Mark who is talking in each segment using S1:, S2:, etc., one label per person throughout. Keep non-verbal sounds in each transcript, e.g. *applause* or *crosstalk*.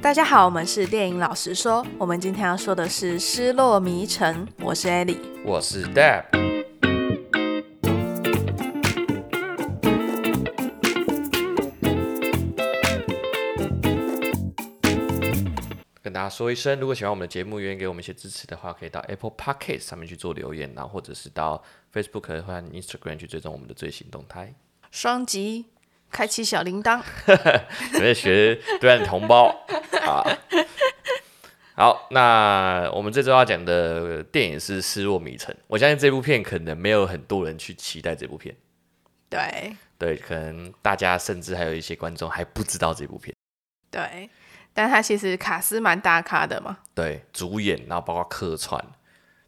S1: 大家好，我们是电影老实说，我们今天要说的是《失落迷城》，我是 Ellie。
S2: 我是 Deb。跟大家说一声，如果喜欢我们的节目，愿意给我们一些支持的话，可以到 Apple Podcast 上面去做留言，然后或者是到 Facebook 和 Instagram 去追踪我们的最新动态。
S1: 双击开启小铃铛，
S2: 我在学对岸同胞啊。好，那我们这周要讲的电影是《失落迷城》。我相信这部片可能没有很多人去期待这部片，
S1: 对
S2: 对，可能大家甚至还有一些观众还不知道这部片。
S1: 对，但它其实卡斯蛮大咖的嘛，
S2: 对，主演，然后包括客串，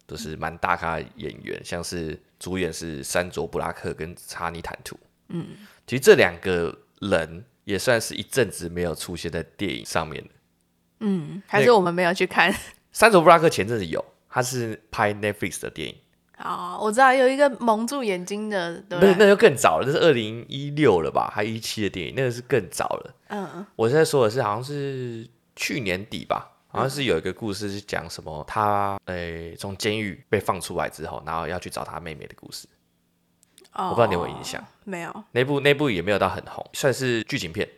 S2: 都是蛮大咖的演员，像是主演是山卓布拉克跟查理坦图。嗯，其实这两个人也算是一阵子没有出现在电影上面了。
S1: 嗯，还是我们没有去看。
S2: 山卓布拉克前阵子有，他是拍 Netflix 的电影。
S1: 哦，我知道有一个蒙住眼睛的，对不对？
S2: 那那就更早了，那是二零一六了吧，还一七的电影，那个是更早了。
S1: 嗯，
S2: 我现在说的是好像是去年底吧，
S1: 嗯
S2: 好像是有一个故事是讲什么他诶从监狱被放出来之后，然后要去找他妹妹的故事。
S1: 哦，
S2: 我不知道你有没有印象，
S1: 没有。
S2: 那部那部也没有到很红，算是剧情片。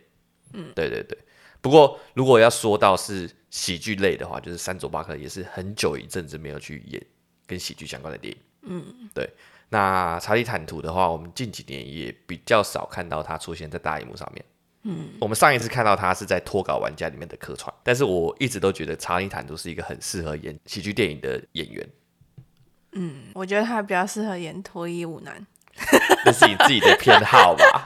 S2: 嗯，对对对。不过如果要说到是喜剧类的话，就是山卓巴克也是很久一阵子没有去演跟喜剧相关的电影。嗯，对。那查理坦途的话，我们近几年也比较少看到他出现在大荧幕上面。嗯，我们上一次看到他是在《脱稿玩家》里面的客串，但是我一直都觉得查理坦途是一个很适合演喜剧电影的演员。
S1: 嗯我觉得他比较适合演脱衣舞男 *laughs*
S2: 那是你自己的偏好吧？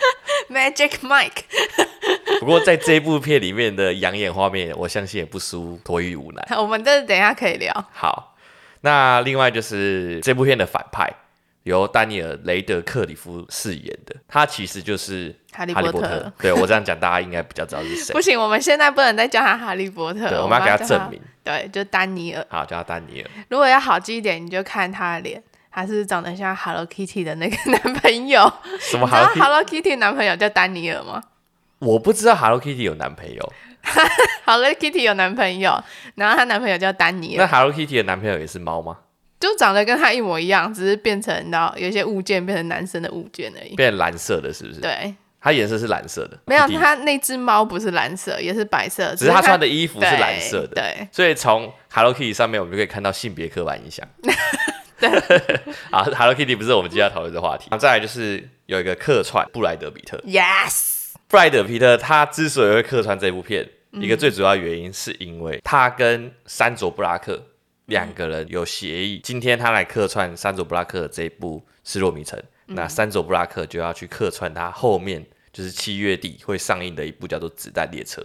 S1: ，Magic Mike。 *laughs*
S2: 不过在这部片里面的养眼画面，我相信也不输《脱衣舞男》。
S1: 我们这等一下可以聊。
S2: 好，那另外就是这部片的反派由丹尼尔·雷德克里夫饰演的，他其实就是
S1: 哈利
S2: 波
S1: 波特
S2: 对我这样讲，大家应该比较知道是谁
S1: 不。行，我们现在不能再叫他哈利波特，
S2: 对，我
S1: 我
S2: 们要给他
S1: 叫
S2: 证明。
S1: 对，就丹尼尔。
S2: 好，叫他丹尼尔。
S1: 如果要好记一点，你就看他的脸，他是长得像 Hello Kitty 的那个男朋友。
S2: 什么
S1: 你知道
S2: Hello Kitty？
S1: Hello Kitty 男朋友叫丹尼尔吗
S2: 我不知道 Hello Kitty 有男朋友。
S1: ？Hello Kitty 有男朋友，然后她男朋友叫丹尼
S2: 那
S1: 尔，
S2: Hello Kitty 的男朋友也是猫吗？
S1: 就长得跟他一模一样，只是变成到有些物件变成男生的物件而已。
S2: 变蓝色的，是不是？
S1: 对，
S2: 它颜色是蓝色的。
S1: 没有，
S2: Kitty
S1: 他那只猫不是蓝色，也是白色，
S2: 只是他
S1: 它
S2: 穿的衣服是蓝色的。
S1: 对
S2: 所以从 Hello Kitty 上面，我们就可以看到性别刻板印象。 *laughs*
S1: 对
S2: 啊，Hello Kitty 不是我们今天要讨论的话题。再来就是有一个客串布莱德比特，
S1: 对，Yes，
S2: 布莱德皮特他之所以会客串这部片，一个最主要原因是因为他跟山卓布拉克两个人有协议，今天他来客串山卓布拉克的这一部《失落迷城》，那山卓布拉克就要去客串他后面就是七月底会上映的一部叫做《子弹列车》。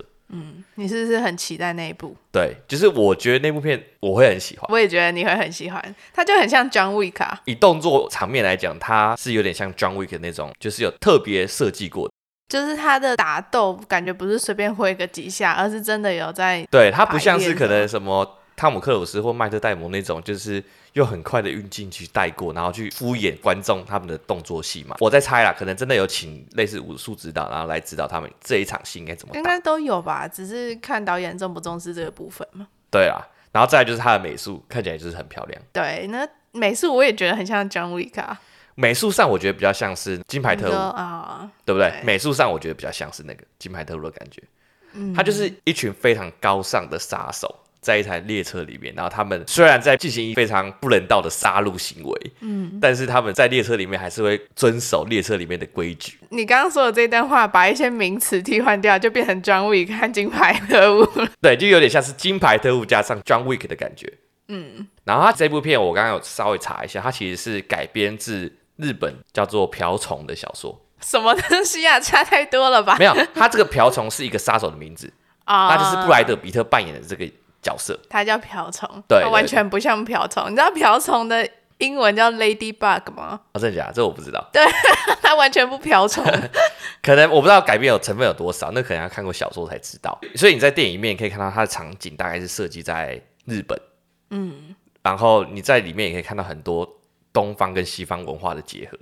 S1: 你是不是很期待那一部？
S2: 对，就是我觉得那部片我会很喜欢。
S1: 我也觉得你会很喜欢，他就很像 John Wick 啊。
S2: 以动作场面来讲，它是有点像 John Wick 那种，就是有特别设计过的。
S1: 就是他的打斗感觉不是随便挥个几下，而是真的有在
S2: 对，它不像
S1: 排
S2: 是
S1: 练
S2: 可
S1: 的
S2: 能什么汤姆克鲁斯或迈特戴蒙那种，就是用很快的运镜去带过，然后去敷衍观众他们的动作戏嘛。我在猜啦，可能真的有请类似武术指导，然后来指导他们这一场戏应该怎么
S1: 应
S2: 打。
S1: 该都有吧，只是看导演重不重视这个部分嘛。
S2: 对啦，然后再来就是它的美术，看起来就是很漂亮。
S1: 对，那美术我也觉得很像 John Wick 啊，
S2: 美术上我觉得比较像是金牌
S1: 你
S2: 特
S1: 说
S2: 务，
S1: 啊，
S2: 对不对？
S1: 对
S2: 美术上我觉得比较像是那个金牌特务的感觉。他就是一群非常高尚的杀手，在一台列车里面，然后他们虽然在进行非常不人道的杀戮行为，嗯，但是他们在列车里面还是会遵守列车里面的规矩。
S1: 你刚刚说的这段话，把一些名词替换掉，就变成 John Wick 和金牌特务了。 *laughs*
S2: 对，就有点像是金牌特务加上 John Wick 的感觉。嗯，然后他这部片我刚刚有稍微查一下，它其实是改编自日本叫做瓢虫的小说。
S1: 什么东西啊，差太多了吧
S2: 没？有，他这个瓢虫是一个杀手的名字，
S1: 啊，
S2: 他就是布莱德比特扮演的这个角色。
S1: 他叫瓢虫，
S2: 对
S1: 他
S2: 对
S1: 完
S2: 对
S1: 全不像瓢虫。你知道瓢虫的英文叫 Ladybug 吗？ *laughs*
S2: 哦，真的假的？这我不知道，
S1: 他完全不瓢虫。
S2: 可能我不知道改编有成分有多少，那可能要看过小说才知道。所以你在电影里面可以看到它的场景大概是设计在日本，嗯，然后你在里面也可以看到很多东方跟西方文化的结合。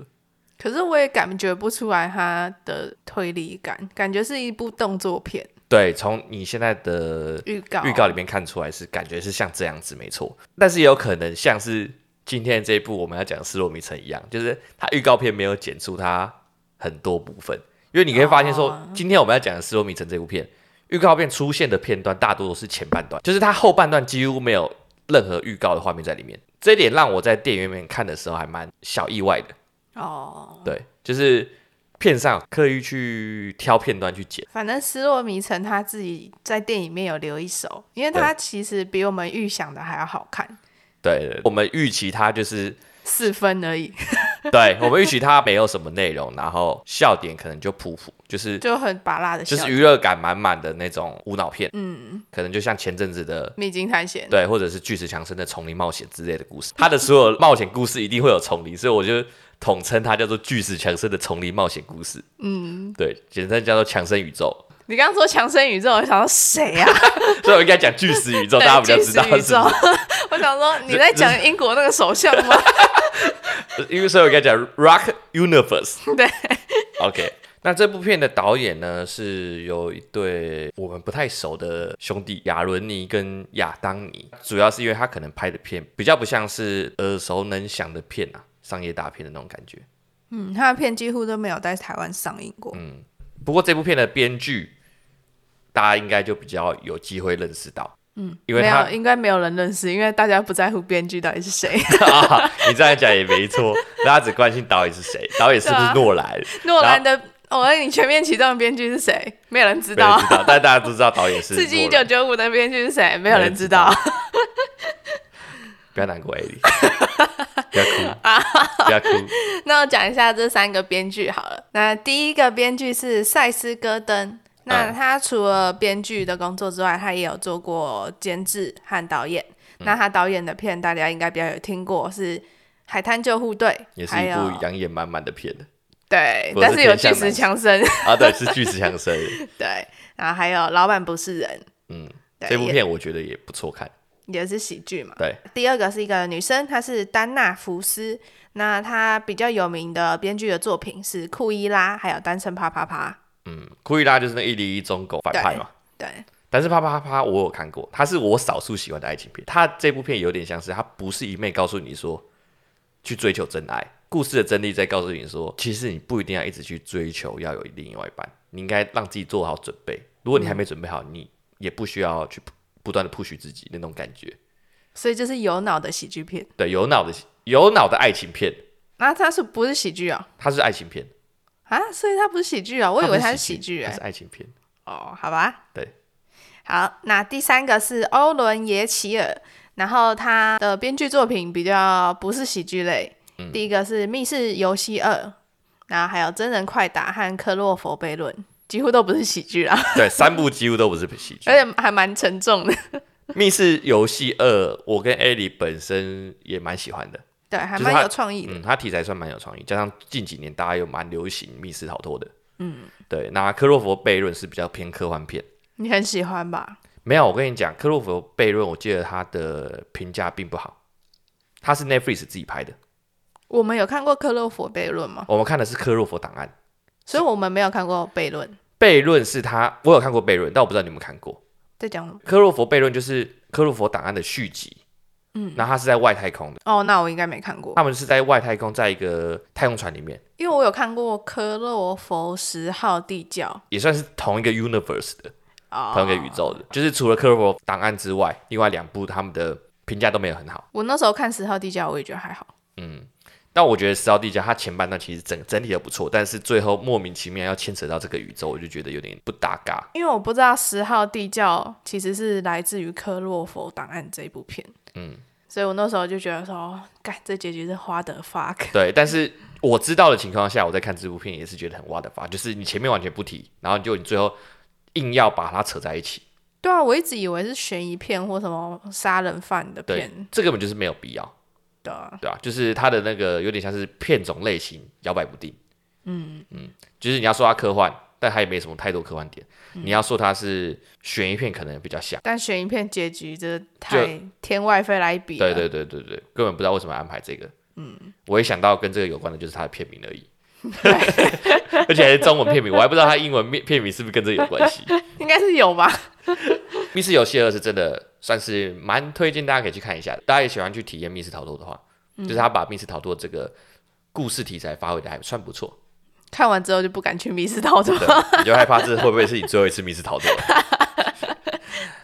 S1: 可是我也感觉不出来他的推理感，感觉是一部动作片。
S2: 对，从你现在的
S1: 预告
S2: 预告里面看出来是感觉是像这样子，没错。但是也有可能像是今天这一部我们要讲《失落迷城》一样，就是它预告片没有剪出它很多部分，因为你可以发现说，
S1: 哦
S2: 今天我们要讲的《失落迷城》这部片，预告片出现的片段大多都是前半段，就是它后半段几乎没有任何预告的画面在里面。这一点让我在电影院里面看的时候还蛮小意外的。
S1: 哦。
S2: 对，就是片上刻意去挑片段去剪，
S1: 反正《失落迷城》他自己在电影里面有留一手，因为他其实比我们预想的还要好看，
S2: 对，对我们预期它就是
S1: 四分而已， *laughs*
S2: 对我们预期它没有什么内容，然后笑点可能就普普，就是
S1: 就很拔辣的
S2: 就
S1: 笑。
S2: 是娱乐感满满的那种无脑片，
S1: 嗯，
S2: 可能就像前阵子的。
S1: 秘境探险，
S2: 对，或者是巨石强森的丛林冒险之类的故事，他的所有冒险故事一定会有丛林，所以我就统称它叫做巨石强森的丛林冒险故事。嗯，对，简称叫做强森宇宙。 *laughs*
S1: 你刚刚说强森宇宙，我想说谁呀、啊？
S2: 所以我应该讲巨石宇宙，
S1: 对
S2: 大家比较
S1: 巨
S2: 知道
S1: 石
S2: 是不
S1: 宇
S2: 是
S1: 宙。 *laughs* 我想说你在讲英国那个首相
S2: *laughs*
S1: 吗？
S2: 呃因为所以我应该讲 Rock Universe。
S1: *laughs* 对
S2: ，OK。那这部片的导演呢，是由一对我们不太熟的兄弟亚伦尼跟亚当尼，主要是因为他可能拍的片比较不像是耳熟能详的片啊，商业大片的那种感觉。
S1: 嗯，他的片几乎都没有在台湾上映过。
S2: 嗯不过这部片的编剧，大家应该就比较有机会认识到，嗯，因为
S1: 没
S2: 他
S1: 有，应该没有人认识，因为大家不在乎编剧到底是谁。
S2: 啊，你这样讲也没错， *laughs* 大家只关心导演是谁，导演是不
S1: 对
S2: 是
S1: 啊
S2: 诺兰？
S1: 诺兰的《我问你全面启动》的编剧是谁？没有人知
S2: *laughs* 没人
S1: 道。
S2: 知道，但大家都知道导演是
S1: 《
S2: 诺
S1: *laughs* 刺
S2: 兰。
S1: 激一九九五》的编剧是谁？没有人知道。
S2: 不要难过，Ellie，不要
S1: *laughs*
S2: 哭，不要哭。
S1: 那我讲一下这三个编剧好了。那第一个编剧是塞斯·戈登，那
S2: 嗯
S1: 他除了编剧的工作之外，他也有做过监制和导演。
S2: 嗯
S1: 那他导演的片大家应该比较有听过，是《海滩救护队
S2: 也》，是
S1: 还
S2: 一
S1: 有
S2: 部养眼满满的片
S1: 对，
S2: 不是
S1: 但是有
S2: 偏向
S1: 巨石
S2: 男
S1: 强森， *laughs*
S2: 啊，对，是巨石强森。
S1: 对，然后还有《老板不是人》，
S2: 嗯，
S1: *laughs* 对
S2: 这部
S1: 也
S2: 片我觉得也不错看。
S1: 也是喜剧嘛。
S2: 对，
S1: 第二个是一个女生，她是丹娜·福斯。那她比较有名的编剧的作品是《库伊拉》，还有《单身啪啪啪》。
S2: 嗯，库伊拉就是那一零一中狗反派嘛。
S1: 对，
S2: 但是啪啪啪，我有看过，它是我少数喜欢的爱情片。它这部片有点像是，它不是一昧告诉你说去追求真爱，故事的真理在告诉你说，其实你不一定要一直去追求要有另外一半，你应该让自己做好准备。如果你还没准备好，你也不需要去不不断的 push 自己那种感觉。
S1: 所以就是有脑的喜剧片。
S2: 对，有脑的有脑的爱情片，
S1: 那、啊、它是不是喜剧哦？
S2: 它是爱情片。
S1: 啊，所以它不是喜剧哦，我以为它是喜剧
S2: 它
S1: 哎
S2: 是。爱情片。
S1: 哦，好吧。
S2: 对，
S1: 好，那第三个是欧伦·耶齐尔，然后他的编剧作品比较不是喜剧类，第一个是《密室游戏二》，然后还有《真人快打》和《克洛佛悖论》，几乎都不是喜剧啊啦，
S2: 对，三部几乎都不是
S1: *laughs*
S2: 喜剧。
S1: 而且还蛮沉重的。 *laughs*
S2: 《密室游戏二》，我跟艾莉本身也蛮喜欢的。
S1: 对，还
S2: 就是
S1: 蛮
S2: 它
S1: 有创意的。
S2: 嗯，它题材算蛮有创意，加上近几年大家又蛮流行密室逃脱的。嗯，对。那《克洛佛悖论》是比较偏科幻片。
S1: 你很喜欢吧？
S2: 没有，我跟你讲，《克洛佛悖论》，我记得它的评价并不好。它是 Netflix 自己拍的，
S1: 我们有看过《克洛佛悖论》吗？
S2: 我们看的是《克洛佛档案
S1: 所以我们没有看过悖论，》。
S2: 悖论是它，我有看过悖论，但我不知道你们有没有看过。
S1: 在讲什么？
S2: 科洛佛悖论就是科洛佛档案的续集。嗯，那它是在外太空的，
S1: 哦，那我应该没看过，
S2: 他们是在外太空，在一个太空船里面，
S1: 因为我有看过《科洛佛十号地窖》
S2: 也算是同一个 universe 的，
S1: 哦，
S2: 同一个宇宙的。就是除了科洛佛档案之外，另外两部他们的评价都没有很好。
S1: 我那时候看《十号地窖》，我也觉得还好。
S2: 但我觉得《十号地窖》它前半段其实整整体都不错，但是最后莫名其妙要牵扯到这个宇宙，我就觉得有点不搭嘎。
S1: 因为我不知道《十号地窖》其实是来自于《科洛佛档案》这一部片，
S2: 嗯，
S1: 所以我那时候就觉得说，哦干这结局是花的 fuck，
S2: 对，但是我知道的情况下，我在看这部片也是觉得很 what the fuck，就是你前面完全不提，然后你就你最后硬要把它扯在一起，
S1: 对啊，我一直以为是悬疑片或什么杀人犯的
S2: 对
S1: 片，
S2: 这根本就是没有必要。
S1: 的，
S2: 对啊，就是它的那个有点像是片种类型摇摆不定。嗯嗯，就是你要说它科幻，但它也没什么太多科幻点。你要说它是悬疑片，可能比较像。
S1: 但悬疑片结局真的太天外飞来一笔
S2: 啊
S1: 了，
S2: *laughs* 对对对对对，根本不知道为什么要安排这个。嗯，我一想到跟这个有关的就是它的片名而已。而且还是中文片名，我还不知道他英文片片名是不是跟这有 *laughs* 关系。
S1: 应该是有吧？ *laughs*
S2: 密室游戏二是真的算是蛮推荐大家可以去看一下的，大家也喜欢去体验密室逃脱的话，就是他把密室逃脱这个故事题材发挥的还算不错。
S1: 看完之后就不敢去密室逃
S2: *laughs*
S1: 脱。
S2: 对，你就害怕这会不会是你最后一次密室
S1: *laughs*
S2: 逃脱了？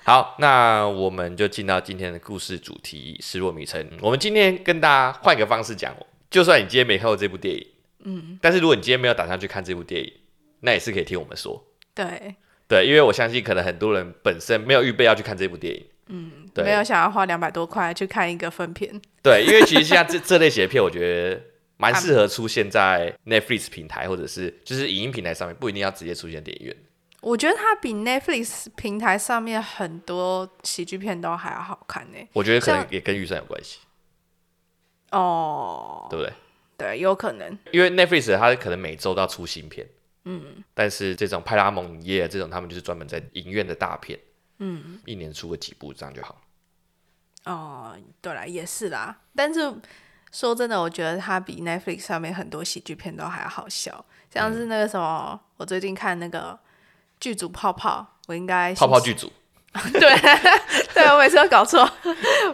S2: 好，那我们就进到今天的故事主题《失落迷城》。我们今天跟大家换个方式讲，就算你今天没看过这部电影，嗯，但是如果你今天没有打算去看这部电影，那也是可以听我们说。
S1: 对，
S2: 对，因为我相信可能很多人本身没有预备要去看这部电影，嗯，对，
S1: 没有想要花两百多块去看一个分片。
S2: 对，因为其实像这这类型的片，我觉得蛮适合出现在 Netflix 平台或者是就是影音平台上面，不一定要直接出现电影院。
S1: 我觉得它比 Netflix 平台上面很多喜剧片都还要好看欸呢、
S2: 我觉得可能
S1: 像
S2: 也跟预算有关系，
S1: 哦，
S2: 对不对？
S1: 对，有可能。
S2: 因为 Netflix 它可能每周都要出新片，嗯，但是这种派拉蒙影业这种，他们就是专门在影院的大片，嗯，一年出个几部这样就好了。
S1: 哦，对啦，也是啦。但是说真的，我觉得它比 Netflix 上面很多喜剧片都还要好笑，像
S2: 嗯
S1: 是那个什么，我最近看那个剧组泡泡，我应该
S2: 泡泡
S1: 星
S2: 剧组，
S1: 期对 *laughs* 对，我每次都搞错。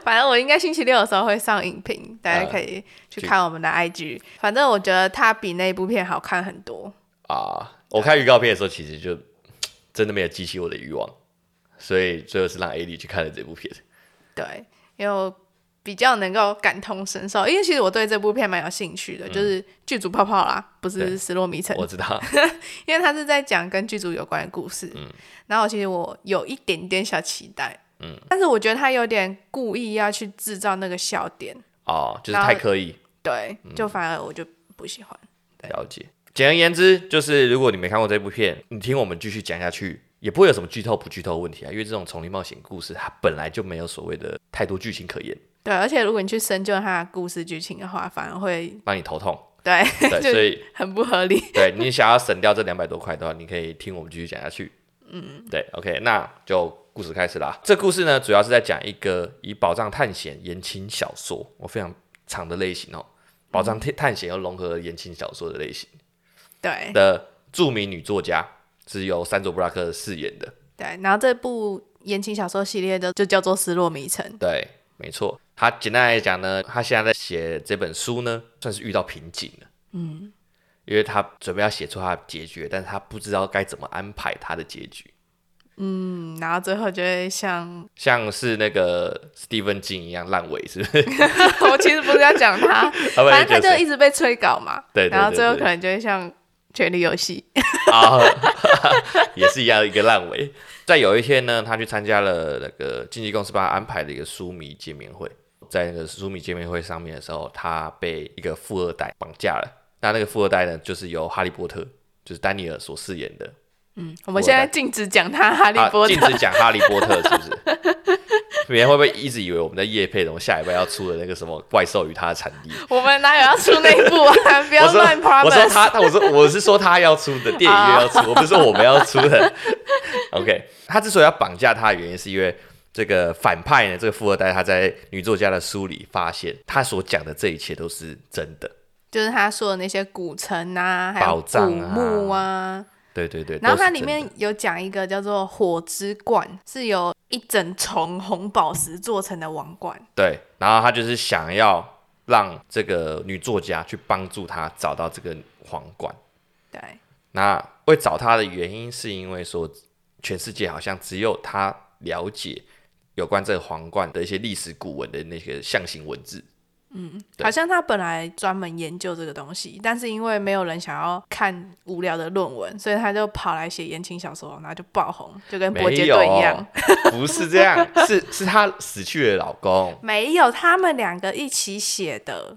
S1: 反正我应该星期六的时候会上影评，大家可以去
S2: 去
S1: 看我们的 IG。反正我觉得它比那部片好看很多。
S2: 啊，我看预告片的时候，其实就真的没有激起我的欲望，所以最后是让 A 莉去看了这部片。
S1: 对，因为我比较能够感同身受，因为其实我对这部片蛮有兴趣的，就是剧组泡泡啦，不
S2: 嗯对
S1: 是失落迷城，
S2: *laughs* 我知道，
S1: 因为他是在讲跟剧组有关的故事。
S2: 嗯
S1: 然后其实我有一点点小期待，嗯，但是我觉得他有点故意要去制造那个笑点，
S2: 哦，就是
S1: 然后
S2: 太刻意，
S1: 对，
S2: 嗯
S1: 就反而我就不喜欢。
S2: 了解。简而言之，就是如果你没看过这部片，你听我们继续讲下去，也不会有什么剧透不剧透的问题啊，因为这种丛林冒险故事，它本来就没有所谓的太多剧情可言，
S1: 对，而且如果你去深究他的故事剧情的话，反而会
S2: 让你头痛。
S1: 对
S2: *laughs* 对，
S1: *laughs* 就
S2: 所以
S1: 很不合理。
S2: 对你想要省掉这两百多块的话，你可以听我们继续讲下去。嗯，对，OK，那就故事开始啦。这故事呢，主要是在讲一个以宝藏探险、言情小说，我非常长的类型哦。宝藏探探险又融合了言情小说的类型
S1: 对
S2: 的著名女作家，是由山卓布拉克饰演的。
S1: 对，然后这部言情小说系列的就叫做《失落迷城》。
S2: 对，没错。他简单来讲呢，他现在在写这本书呢，算是遇到瓶颈了。嗯，因为他准备要写出他的结局，但是他不知道该怎么安排他的结局。
S1: 嗯，然后最后就会像 *laughs*
S2: 像是那个 Stephen King 一样烂尾，是不是？ *laughs*
S1: 我其实不是要讲他，
S2: 要不
S1: 反
S2: 然
S1: 正他
S2: 就是
S1: 就一直被催稿嘛，
S2: 对对
S1: 然后
S2: 对
S1: 最后
S2: 对
S1: 可能就会像《权力游戏》
S2: *laughs* 啊，也是一样一个烂尾。在有一天呢，他去参加了那个经纪公司帮他安排的一个书迷见面会，在那个书迷见面会上面的时候，他被一个富二代绑架了。那那个富二代呢，就是由哈利波特，就是丹尼尔所饰演的。
S1: 我们现在
S2: 我
S1: 禁止讲他《哈利
S2: 啊
S1: 波特
S2: 禁》止讲哈利波特，是不是？ *laughs* 别人会不会一直以为我们在夜配，我们下礼拜要出的那个什么怪兽与它的产地？
S1: 我们哪有要出那一部啊？ *laughs* 不要
S2: 我说
S1: 乱
S2: 我说
S1: promise。哦
S2: 他，他我说我是说他要出的电影院要出，我不是说我们要出的。OK，他之所以要绑架他的原因，是因为这个反派呢，这个富二代他在女作家的书里发现，他所讲的这一切都是真的。
S1: 就是他说的那些古城啊，还有
S2: 宝
S1: 古
S2: 藏啊
S1: 墓啊，
S2: 对对对，
S1: 然后
S2: 都
S1: 它
S2: 是真
S1: 里
S2: 的
S1: 面有讲一个叫做火之冠，是由一整重红宝石做成的王冠。
S2: 对，然后他就是想要让这个女作家去帮助他找到这个皇冠。
S1: 对，
S2: 那会找他的原因，是因为说全世界好像只有他了解有关这个皇冠的一些历史古文的那些象形文字。对
S1: 好像他本来专门研究这个东西，但是因为没有人想要看无聊的论文，所以他就跑来写言情小说，然后就爆红，就跟伯
S2: 没
S1: 杰
S2: 有，
S1: 顿一样。
S2: 不是这样， *laughs* 是是她死去的老公。
S1: 没有，他们两个一起写的，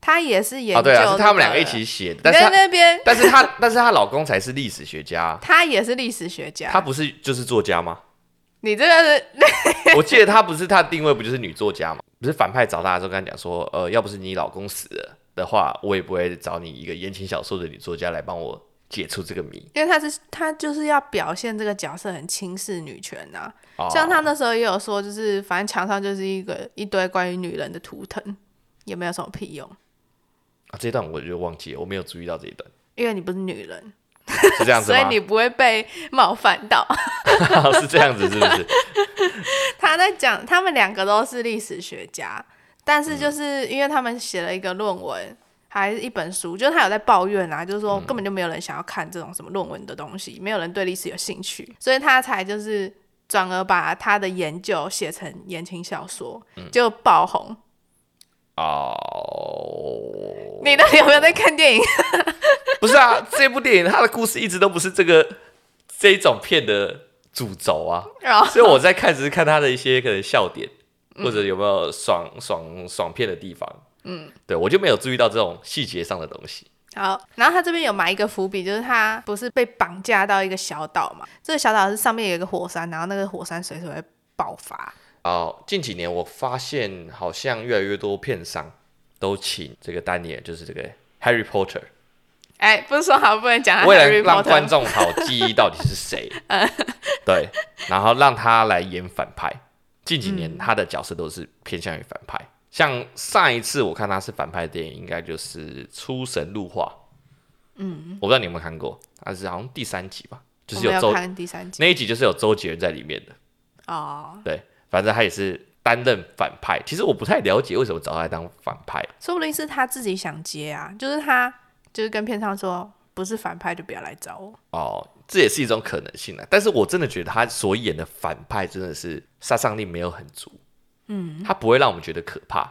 S1: 他也是研究、
S2: 哦，对啊，是他们两个一起。写的，
S1: 你
S2: 但是
S1: 在
S2: 她，
S1: 那边
S2: 但是她但是她老公才是历史学家啊，
S1: 他也是历史学家。
S2: 他不是就是作家吗？
S1: 你这个是
S2: *laughs* 我记得他不是他的定位不就是女作家吗？不是反派找他的时候跟他讲说，呃，要不是你老公死了的话，我也不会找你一个言情小说的女作家来帮我解除这个谜。
S1: 因为他是他就是要表现这个角色很轻视女权啊呐、
S2: 哦
S1: 像他那时候也有说，就是反正墙上就是一个一堆关于女人的图腾，也没有什么屁用。
S2: 啊，这一段我就忘记了，我没有注意到这一段， *laughs*
S1: 因为你不是女人，
S2: 是这样子
S1: 所以 *laughs*
S2: 吗？
S1: 你不会被冒犯到。 *laughs*
S2: 是这样子是不是？
S1: 他在讲，他们两个都是历史学家，但
S2: 嗯
S1: 是就是因为他们写了一个论文，还是一本书，就是他有在抱怨啊，就是
S2: 嗯
S1: 说根本就没有人想要看这种什么论文的东西，没有人对历史有兴趣，所以他才就是转而把他的研究写成言情小说，
S2: 嗯
S1: 就爆红。
S2: 哦，
S1: 你到底有没有在看电影？ *laughs*
S2: 不是啊，这部电影它的故事一直都不是这个这一种片的主轴啊，
S1: 然后
S2: 所以我在看只是看它的一些可能笑点，或者有没有爽爽爽片的地方。嗯，对我就没有注意到这种细节上的东西。
S1: 好，然后他这边有埋一个伏笔，就是他不是被绑架到一个小岛嘛？这个小岛是上面有一个火山，然后那个火山随时会爆发。
S2: 哦，近几年我发现好像越来越多片商都请这个丹尼尔，就是这个 Harry Potter，
S1: 哎，不是说好不能讲他
S2: 为
S1: 啊 Harry
S2: 了让
S1: Potter 嗯
S2: 观
S1: 吗
S2: 众好记忆到底是
S1: *laughs*
S2: 谁，对，然后让他来演反派。近几
S1: 嗯
S2: 年他的角色都是偏向于反派，像上一次我看他是反派的电影，应该就是《出神入化》。嗯，我不知道你有没有看过，但是好像第三集吧，就是
S1: 我
S2: 有
S1: 没有
S2: 周
S1: 看第三集
S2: 那一集就是有周杰伦在里面的。
S1: 哦，
S2: 对，反正他也是担任反派。其实我不太了解为什么找他来当反派。
S1: 说不定是他自己想接啊，就是他就是跟片商说，不是反派就不要来找我。
S2: 哦，这也是一种可能性啊。但是我真的觉得他所演的反派真的是杀伤力没有很足，嗯，他不会让我们觉得可怕，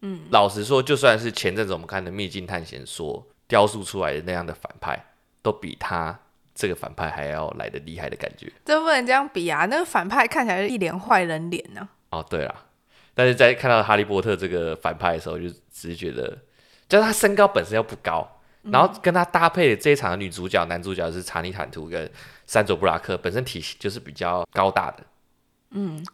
S2: 嗯。老实说，就算是前阵子我们看的《秘境探险说》雕塑出来的那样的反派，都比他这个反派还要来的厉害的感觉。
S1: 这不能这样比啊！那个反派看起来就一脸坏人脸啊呢、
S2: 哦，对啦，但是在看到哈利波特这个反派的时候，就只是觉得，就是他身高本身又不高，然后跟他搭配的这一场的女主角、男主角是查理·坦图跟山卓·布拉克，本身体型就是比较高大的，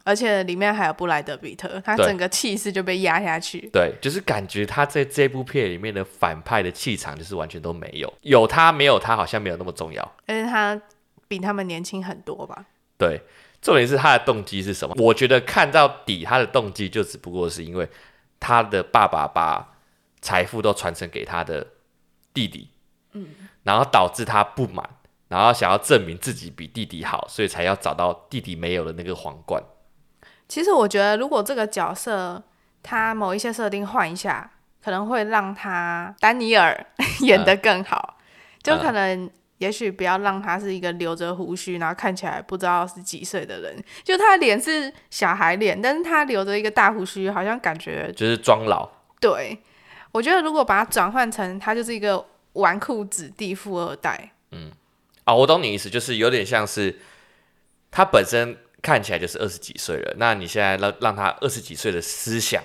S1: 而且里面还有布莱德比特，他
S2: 对
S1: 整个气势就被压下去。
S2: 对，就是感觉他在这部片里面的反派的气场就是完全都没有，有他没有他好像没有那么重要。
S1: 而且他比他们年轻很多吧？
S2: 对，重点是他的动机是什么？我觉得看到底他的动机就只不过是因为他的爸爸把财富都传承给他的弟弟，嗯，然后导致他不满，然后想要证明自己比弟弟好，所以才要找到弟弟没有的那个皇冠。
S1: 其实我觉得，如果这个角色他某一些设定换一下，可能会让他丹尼尔 *laughs* 演得更好，就可能。也许不要让他是一个留着胡须，然后看起来不知道是几岁的人。就他的脸是小孩脸，但是他留着一个大胡须，好像感觉
S2: 就是装老，
S1: 对。我觉得如果把它转换成他就是一个纨绔子弟富二代，
S2: 啊，我懂你意思，就是有点像是他本身看起来就是二十几岁了，那你现在让让他二十几岁的思想，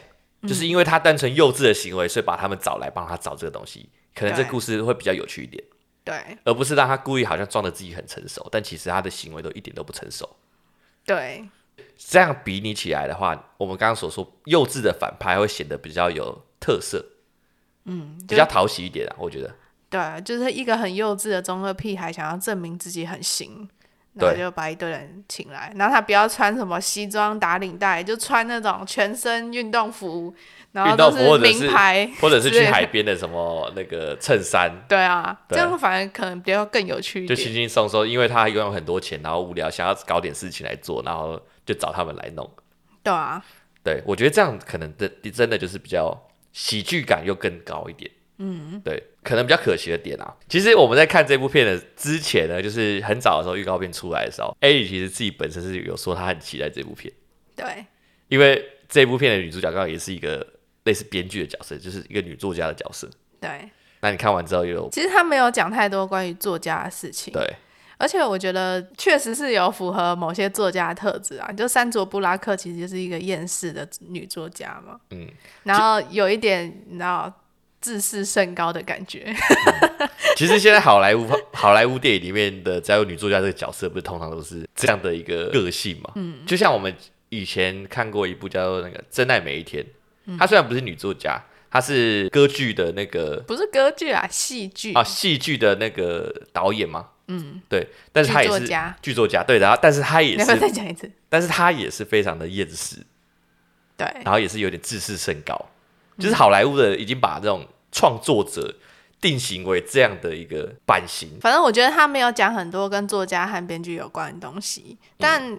S2: 就是因为他单纯幼稚的行为，所以把他们找来帮他找这个东西，可能这
S1: 对
S2: 故事会比较有趣一点，
S1: 对
S2: 而不是让他故意好像装的自己很成熟，但其实他的行为都一点都不成熟。
S1: 对，
S2: 这样比拟起来的话，我们刚刚所说幼稚的反派会显得比较有特色，嗯，比
S1: 就
S2: 较讨喜一点啊，我觉得。
S1: 对，就是一个很幼稚的中二屁孩，想要证明自己很行，然
S2: 对
S1: 后就把一堆人请来，然后他不要穿什么西装打领带，就穿那种全身运动服，然后
S2: 运动
S1: 都
S2: 服或者是
S1: 名牌，
S2: 或者
S1: 之
S2: 是去
S1: 类的
S2: 海边的什么那个衬衫，
S1: 对啊，
S2: 对
S1: 这样反而可能比较更有趣一
S2: 就轻
S1: 点。
S2: 轻松松，因为他拥有很多钱，然后无聊，想要搞点事情来做，然后就找他们来弄。
S1: 对啊，
S2: 对我觉得这样可能真真的就是比较喜剧感又更高一点。嗯，对，可能比较可惜的点啊。其实我们在看这部片的之前呢，就是很早的时候预告片出来的时候，A 其实自己本身是有说她很期待这部片，
S1: 对，
S2: 因为这部片的女主角刚好也是一个类似编剧的角色，就是一个女作家的角色。
S1: 对。
S2: 那你看完之后有
S1: 其实他没有讲太多关于作家的事情，
S2: 对
S1: 而且我觉得确实是有符合某些作家的特质啊。就山卓布拉克其实就是一个厌世的女作家嘛，
S2: 嗯，
S1: 然后有一点你知道自视甚高的感觉，
S2: *laughs* 其实现在好莱坞好莱坞电影里面的只要有女作家这个角色，不是通常都是这样的一个个性嘛？嗯，就像我们以前看过一部叫做那个《真爱每一天》，她虽然不是女作家，她是歌剧的那个
S1: 不是歌剧啊，戏剧
S2: 啊戏剧的那个导演嘛，嗯，对，但是她也
S1: 剧
S2: 是
S1: 作家
S2: 剧作家，对的，然后但是她也
S1: 你要不要再
S2: 是，
S1: 讲一次？
S2: 但是她也是非常的厌世，
S1: 对嗯
S2: 然后也是有点自视甚高，就是好莱坞的已经把这种创作者定型为这样的一个版型。
S1: 反正我觉得他没有讲很多跟作家和编剧有关的东西，但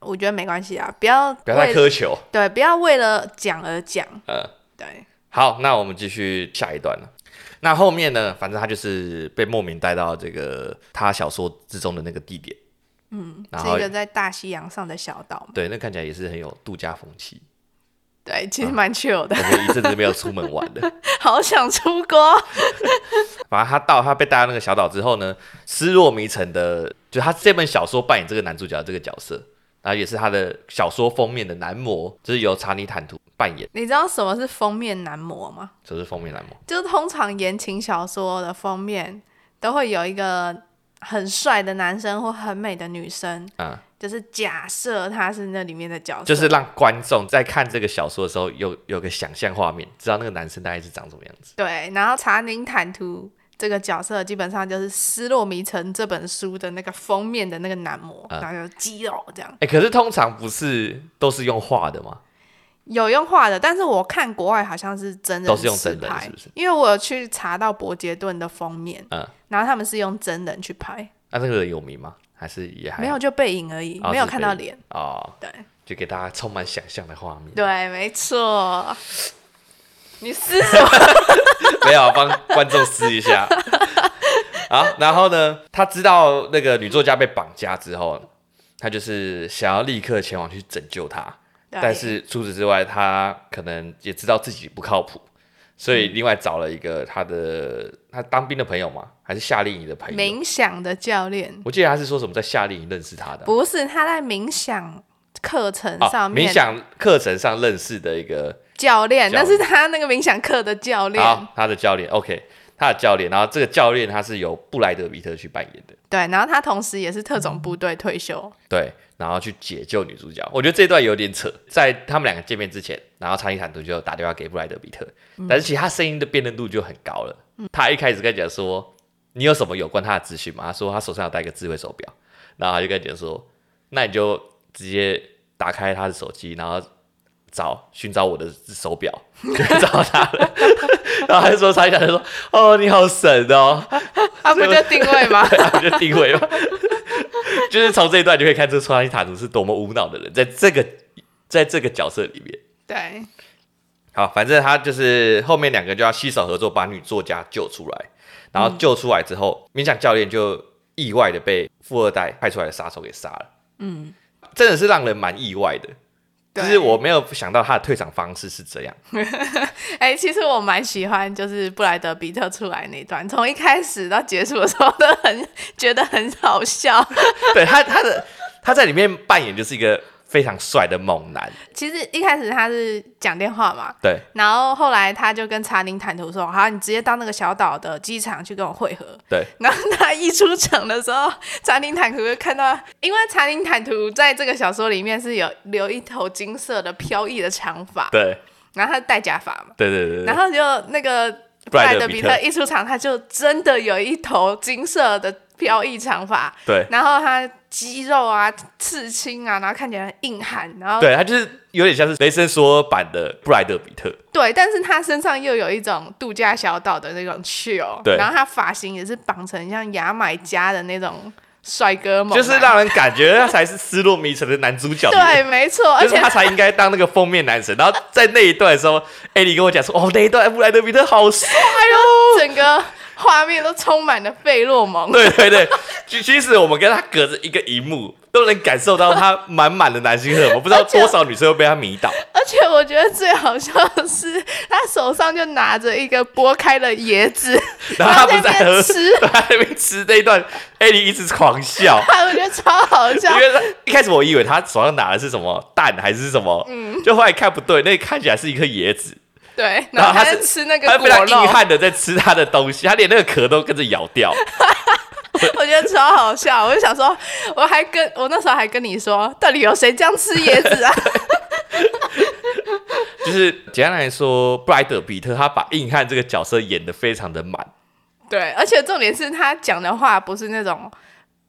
S1: 我觉得没关系啊，不要
S2: 嗯不要太
S1: 为
S2: 苛求。
S1: 对，不要为了讲而讲，
S2: 呃，
S1: 对，
S2: 好，那我们继续下一段了。那后面呢？反正他就是被莫名带到这个他小说之中的那个地点，嗯，然
S1: 是
S2: 后
S1: 一个在大西洋上的小岛嘛，
S2: 对，那看起来也是很有度假风气。
S1: 对，
S2: 嗯
S1: 其实蛮 chill 的
S2: 我，们一阵子没有出门玩了。
S1: 好想出国，
S2: *laughs* 反正他到他被带到那个小岛之后呢，失落迷城的，就他这本小说扮演这个男主角的这个角色，然后也是他的小说封面的男模，就是由查理坦图扮演，
S1: 你知道什么是封面男模吗？
S2: 就是封面男模。
S1: 就通常言情小说的封面都会有一个很帅的男生或很美的女生，
S2: 啊、
S1: 就是假设他是那里面的角色，
S2: 就是让观众在看这个小说的时候有有个想象画面，知道那个男生大概是长什么样子。
S1: 对。然后查宁坦图这个角色基本上就是《失落迷城》这本书的那个封面的那个男模，
S2: 嗯
S1: 然后就肌肉这样，
S2: 哎、可是通常不是都是用画的吗？
S1: 有用画的。但是我看国外好像是真人
S2: 都是用
S1: 实
S2: 真人
S1: 拍
S2: 是不是
S1: 因为我有去查到伯杰顿的封面，
S2: 嗯
S1: 然后他们是用真人去拍，
S2: 那、啊这个人有名吗？还是也还
S1: 没有就背影而已，
S2: 哦
S1: 没有
S2: 是
S1: 看到
S2: 背
S1: 脸。
S2: 哦，
S1: 对。
S2: 就给大家充满想象的画面。
S1: 对，没错。你撕什
S2: *laughs*
S1: 么？
S2: 没有帮观众撕一下。 *laughs* 好，然后呢，他知道那个女作家被绑架之后，他就是想要立刻前往去拯救她，但是除此之外，他可能也知道自己不靠谱，所以
S1: 嗯
S2: 另外找了一个他的他当兵的朋友嘛，还是夏令营的朋友。
S1: 冥想的教练
S2: 我记得他是说什么在夏令营认识他的啊，
S1: 不是他在冥想课程
S2: 啊
S1: 上面，
S2: 冥想课程上认识的一个
S1: 教练，
S2: 教
S1: 那
S2: 练
S1: 是他那个冥想课的教练。
S2: 好，他的教练，OK，他的教练，然后这个教练他是由布莱德比特去扮演的，
S1: 对，然后他同时也是特种部队退
S2: *laughs*
S1: 休。
S2: 对，然后去解救女主角。我觉得这一段有点扯，在他们两个见面之前，然后查理坦途就打电话给布莱德比特，但是其实他声音的辨认度就很高了。他一开始跟他讲说：“你有什么有关他的资讯吗？”他说他手上有戴一个智慧手表，然后他就跟他讲说：“那你就直接打开他的手机，然后找寻找我的手表， *laughs* 就找他了。” *laughs* 然后他就说：“查理坦途说，哦，你好神哦。”
S1: 啊，不就定位
S2: *laughs*
S1: 吗？
S2: 对啊，我就定位嘛，就是从这一段就可以看出川西塔图是多么无脑的人，在这个在这个角色里面。
S1: 对，
S2: 好，反正他就是后面两个就要携手合作把女作家救出来，然后救出来之后，冥想教练就意外的被富二代派出来的杀手给杀了。
S1: 嗯，
S2: 真的是让人蛮意外的，
S1: 对
S2: 就是我没有想到他的退场方式是这样。
S1: 哎、其实我蛮喜欢，就是布莱德比特出来那段，从一开始到结束的时候都很觉得很好笑。
S2: 对他，他的他在里面扮演就是一个非常帅的猛男，
S1: 其实一开始他是讲电话嘛，
S2: 对，
S1: 然后后来他就跟查宁坦途说：“好，你直接到那个小岛的机场去跟我会合。”
S2: 对。
S1: 然后他一出场的时候，查宁坦途就看到，因为查宁坦途在这个小说里面是有留一头金色的飘逸的长发，
S2: 对
S1: 然后他戴假发嘛，
S2: 对对对对，
S1: 然后就那个布
S2: 莱
S1: 莱
S2: 德
S1: 德
S2: 比
S1: 比
S2: 特
S1: 特一出场，他就真的有一头金色的飘逸长发，
S2: 对，
S1: 然后他肌肉啊、刺青啊，然后看起来很硬汉，然后
S2: 对，他就是有点像是雷神索尔版的布莱德比特，
S1: 对，但是他身上又有一种度假小岛的那种 chill，
S2: 对
S1: 然后他发型也是绑成像牙买加的那种帅哥猛男，
S2: 就是让人感觉他才是失落迷城的男主角。
S1: 对，没错，而
S2: 就是
S1: 且
S2: 他才应该当那个封面男神。然后在那一段的时候，艾莉跟我讲说：“哦，那一段布莱德比特好帅哦。
S1: 整个画面都充满了费洛”蒙，
S2: 对对对，其其实我们跟他隔着一个荧幕，都能感受到他满满的男性荷尔蒙。不知道多少女生会被他迷倒。
S1: 而且我觉得最好笑的是，他手上就拿着一个剥开的椰子，
S2: *laughs* 然后他不
S1: 在
S2: 是在
S1: 那
S2: 喝
S1: 边吃，
S2: 他在那边吃那一段，艾莉一直狂笑。
S1: 我觉得超好笑
S2: 因。为他一开始我以为他手上拿的是什么蛋还是什么，
S1: 嗯
S2: 就后来看不对，那看起来是一颗椰子，
S1: 对，
S2: 然
S1: 然
S2: 后
S1: 后
S2: 他
S1: 他
S2: 是
S1: 在吃那
S2: 他
S1: 个
S2: 非
S1: 果
S2: 常
S1: 肉
S2: 硬，汉的在吃他的东西，他连那个壳都跟着咬
S1: *laughs*
S2: 掉。
S1: 我觉得超好笑。我就想说，我还跟我那时候还跟你说，到底有谁这样吃椰子啊？
S2: 就是简单来说，布莱德比特他把硬汉这个角色演得非常的满，
S1: 对，而且重点是他讲的话不是那种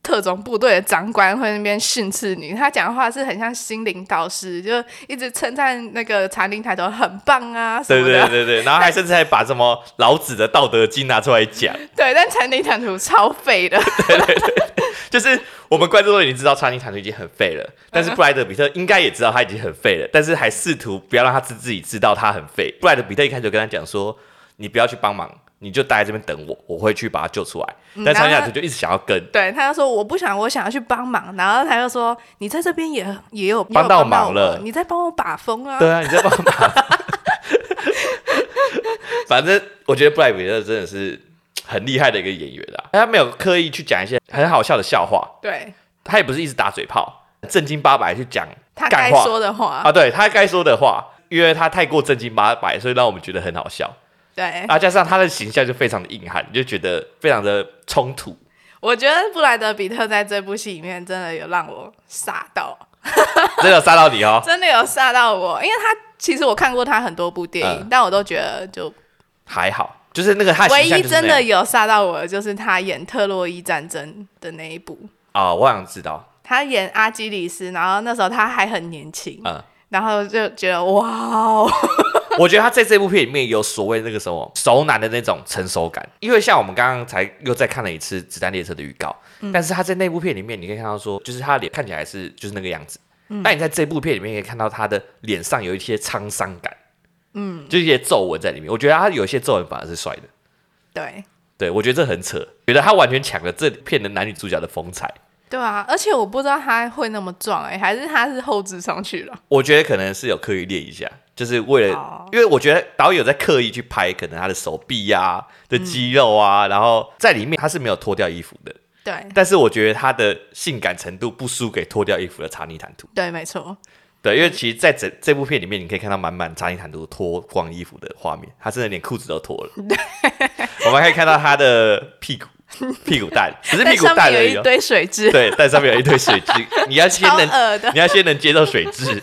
S1: 特种部队的长官会那边训斥你，他讲话是很像心灵导师，就一直称赞那个查理抬头很棒啊什
S2: 对
S1: 么的。
S2: 对对对，然后还甚至还把什么老子的《道德经》拿出来讲，
S1: 对但禅林坦途超废的，
S2: 就是我们观众都已经知道查理·坦途已经很废了，但
S1: 嗯
S2: 是布莱德比特应该也知道他已经很废了，但是还试图不要让他自自己知道他很废。布莱德比特一开始就跟他讲说：“你不要去帮忙，你就待在这边等我，我会去把他救出来。”
S1: 嗯
S2: 但查理·坦途就一直想要跟，
S1: 对，他就说我不想，我想要去帮忙，然后他就说你在这边也也有
S2: 帮到
S1: 到
S2: 忙了
S1: 我你在帮我把风啊，
S2: 对啊，你在帮忙。 *laughs* 反正我觉得布莱德比特真的是很厉害的一个演员啊，他没有刻意去讲一些很好笑的笑话，
S1: 对
S2: 他也不是一直打嘴炮，正经八百去讲
S1: 他
S2: 干
S1: 该
S2: 话
S1: 说的话，
S2: 啊，对他该说的话，因为他太过正经八百，所以让我们觉得很好笑。
S1: 对，
S2: 啊，加上他的形象就非常的硬汉，你就觉得非常的冲突。
S1: 我觉得布莱德比特在这部戏里面真的有让我傻到，
S2: 真的杀到
S1: *laughs*
S2: 你哦，
S1: 真的有吓到我，因为他其实我看过他很多部电影，
S2: 嗯
S1: 但我都觉得就
S2: 还好，就是那个他的
S1: 唯
S2: 形象
S1: 一
S2: 就是那
S1: 真
S2: 样
S1: 的有吓到我的就是他演特洛伊战争的那一部，
S2: 啊、我想知道，
S1: 他演阿基里斯，然后那时候他还很年轻，
S2: 嗯，
S1: 然后就觉得哇哦， *laughs*
S2: 我觉得他在这部片里面有所谓那个什么熟男的那种成熟感，因为像我们刚刚才又再看了一次《子弹列车》的预告，但是他在那部片里面，你可以看到说，就是他的脸看起来是就是那个样子，但你在这部片里面可以看到他的脸上有一些沧桑感，嗯，就是一些皱纹在里面。我觉得他有一些皱纹反而是帅的，
S1: 对
S2: 对我觉得这很扯，觉得他完全抢了这片的男女主角的风采。
S1: 对啊，而且我不知道他会那么壮哎、还是他是后置上去了，
S2: 我觉得可能是有刻意练一下，就是为了，
S1: 哦
S2: 因为我觉得导演有在刻意去拍，可能他的手臂呀、的肌肉啊，然后在里面他是没有脱掉衣服的，
S1: 对
S2: 但是我觉得他的性感程度不输给脱掉衣服的查理坦途。
S1: 对，没错，
S2: 对，因为其实在整这部片里面，你可以看到满满查理坦途脱光衣服的画面，他真的连裤子都脱了。我们可以看到他的屁股、屁股蛋，不是
S1: 但
S2: 屁股
S1: 上
S2: 蛋
S1: 面
S2: 而
S1: 有
S2: 已、
S1: 一
S2: 哦。
S1: 堆水蛭，
S2: 对，但上面有一
S1: *laughs*
S2: 堆水蛭，你要先
S1: 超
S2: 能
S1: 恶的，
S2: 你要先能接受水
S1: *laughs*
S2: 质。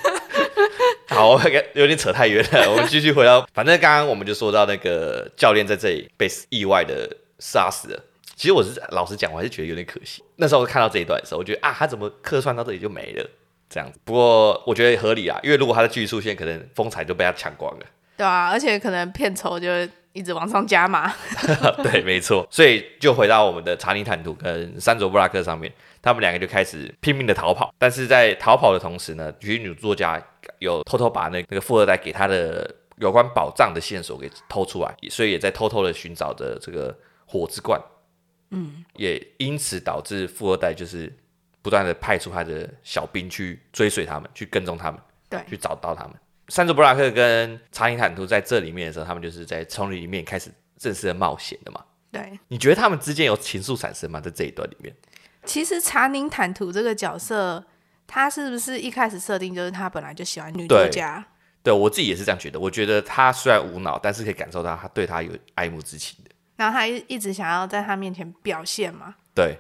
S2: 好，我感有点扯太远了，我们继续回到，反正刚刚我们就说到那个教练在这里被意外的杀死了。其实我是老实讲，我还是觉得有点可惜。那时候看到这一段的时候，我觉得啊，他怎么客串到这里就没了这样子？不过我觉得合理啊，因为如果他的剧出现，可能风采就被他抢光了。
S1: 对啊，而且可能片酬就一直往上加嘛，
S2: *laughs* 对，没错。所以就回到我们的查理坦途跟山卓布拉克上面，他们两个就开始拼命的逃跑。但是在逃跑的同时呢，女女作家有偷偷把那那个富二代给他的有关宝藏的线索给偷出来，所以也在偷偷的寻找着这个火之冠。嗯，也因此导致富二代就是不断的派出他的小兵去追随他们，去跟踪他们，
S1: 对
S2: 去找到他们。山卓布拉克跟查理坦途在这里面的时候，他们就是在丛林里面开始正式的冒险的嘛。
S1: 对。
S2: 你觉得他们之间有情愫产生吗？在这一段里面，
S1: 其实查宁坦途这个角色，他是不是一开始设定就是他本来就喜欢女作
S2: 对
S1: 家？
S2: 对我自己也是这样觉得。我觉得他虽然无脑，但是可以感受到他对他有爱慕之情的。
S1: 然后他一一直想要在他面前表现嘛，
S2: 对，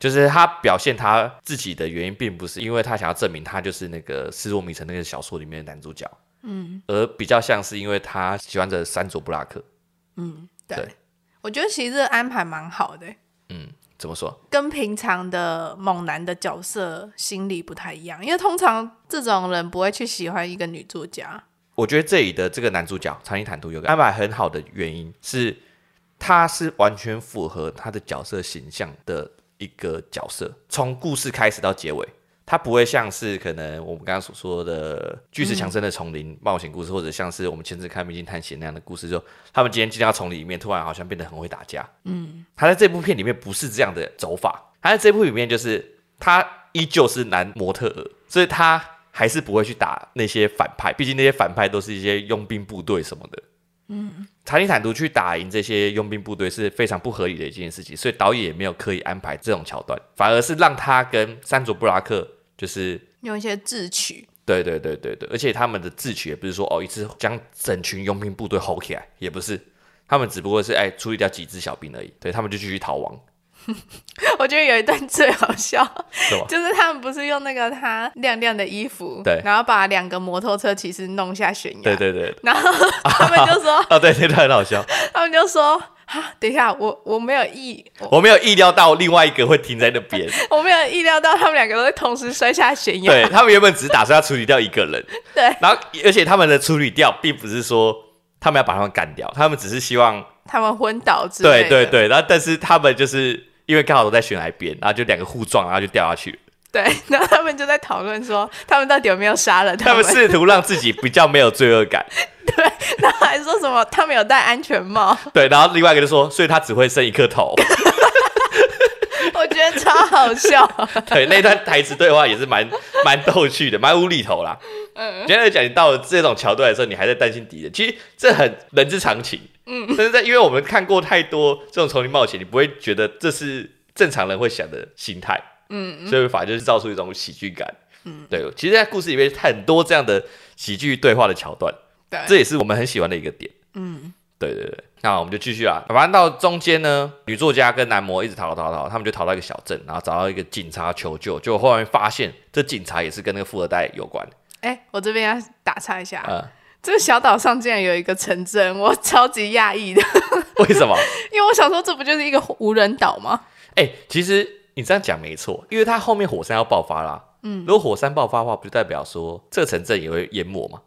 S2: 就是他表现他自己的原因，并不是因为他想要证明他就是那个《失落迷城》那个小说里面的男主角，嗯，而比较像是因为他喜欢着山卓布拉克。
S1: 对，
S2: 对
S1: 我觉得其实这个安排蛮好的欸、
S2: 嗯，怎么说？
S1: 跟平常的猛男的角色心理不太一样，因为通常这种人不会去喜欢一个女作家，
S2: 我觉得这里的这个男主角长尼坦途有个安排很好的原因是，他是完全符合他的角色形象的一个角色，从故事开始到结尾，他不会像是可能我们刚刚所说的巨石强森的丛林冒险故事，或者像是我们前次看《秘境探险》那样的故事，就他们今天进到丛林里面，突然好像变得很会打架。嗯，他在这部片里面不是这样的走法，他在这部里面就是他依旧是男模特儿，所以他还是不会去打那些反派，毕竟那些反派都是一些佣兵部队什么的。嗯，查理坦途去打赢这些佣兵部队是非常不合理的一件事情，所以导演也没有刻意安排这种桥段，反而是让他跟山卓布拉克就是
S1: 用一些智取， *laughs*
S2: 对对对对对，而且他们的智取也不是说哦一次将整群佣兵部队吼起来，也不是，他们只不过是哎处理掉几只小兵而已，对他们就继续逃亡，
S1: 我觉得有一段最好笑，？
S2: 是吧
S1: *laughs* 就是他们不是用那个他亮亮的衣服，
S2: 对
S1: 然后把两个摩托车骑士弄下悬崖，
S2: 对对对，哦
S1: 然后他们就说，
S2: 啊对对对，很好笑，
S1: 他们就说哈，等一下，我我没有意，我
S2: 我没有意料到另外一个会停在那
S1: *laughs*
S2: 边，
S1: 我没有意料到他们两个都会同时摔下悬崖。
S2: 对他们原本只打算要处理掉一个人，
S1: *laughs* 对，
S2: 然后而且他们的处理掉并不是说他们要把他们干掉，他们只是希望
S1: 他们昏倒之类
S2: 对
S1: 的。
S2: 对对，然后但是他们就是因为刚好都在悬崖边，然后就两个互撞，然后就掉下去了。
S1: 对， *laughs* 然后他们就在讨论说，他们到底有没有杀了
S2: 他
S1: 们？
S2: 们试图让自己比较没有罪恶
S1: *laughs*
S2: 感，
S1: 然后还说什么他们有戴安全帽， *laughs*
S2: 对，然后另外一个就说，所以他只会剩一颗头。
S1: 我觉得超好笑。 *laughs*
S2: *laughs* 对，那段台词对话也是蛮蛮逗趣的，蛮无厘头啦。嗯，简单来讲，你到了这种桥段的时候，你还在担心敌人，其实这很人之常情。嗯，但是在因为我们看过太多这种丛林冒险，你不会觉得这是正常人会想的心态。嗯，所以反而就是造出一种喜剧感。嗯，对，其实，在故事里面很多这样的喜剧对话的桥段，这
S1: 对，
S2: 也是我们很喜欢的一个点。
S1: 嗯，
S2: 对对对，那我们就继续啊啦。反正到中间呢，女作家跟男模一直逃逃逃，他们就逃到一个小镇，然后找到一个警察求救，结果后面发现这警察也是跟那个富二代有关。
S1: 哎、我这边要打岔一下，
S2: 嗯，
S1: 这个小岛上竟然有一个城镇，我超级讶异的，
S2: *laughs*
S1: *laughs*
S2: 为什么？ *laughs*
S1: 因为我想说这不就是一个无人岛吗？
S2: 哎、其实你这样讲没错，因为他后面火山要爆发啦。嗯，如果火山爆发的话，不就代表说这个城镇也会淹没吗？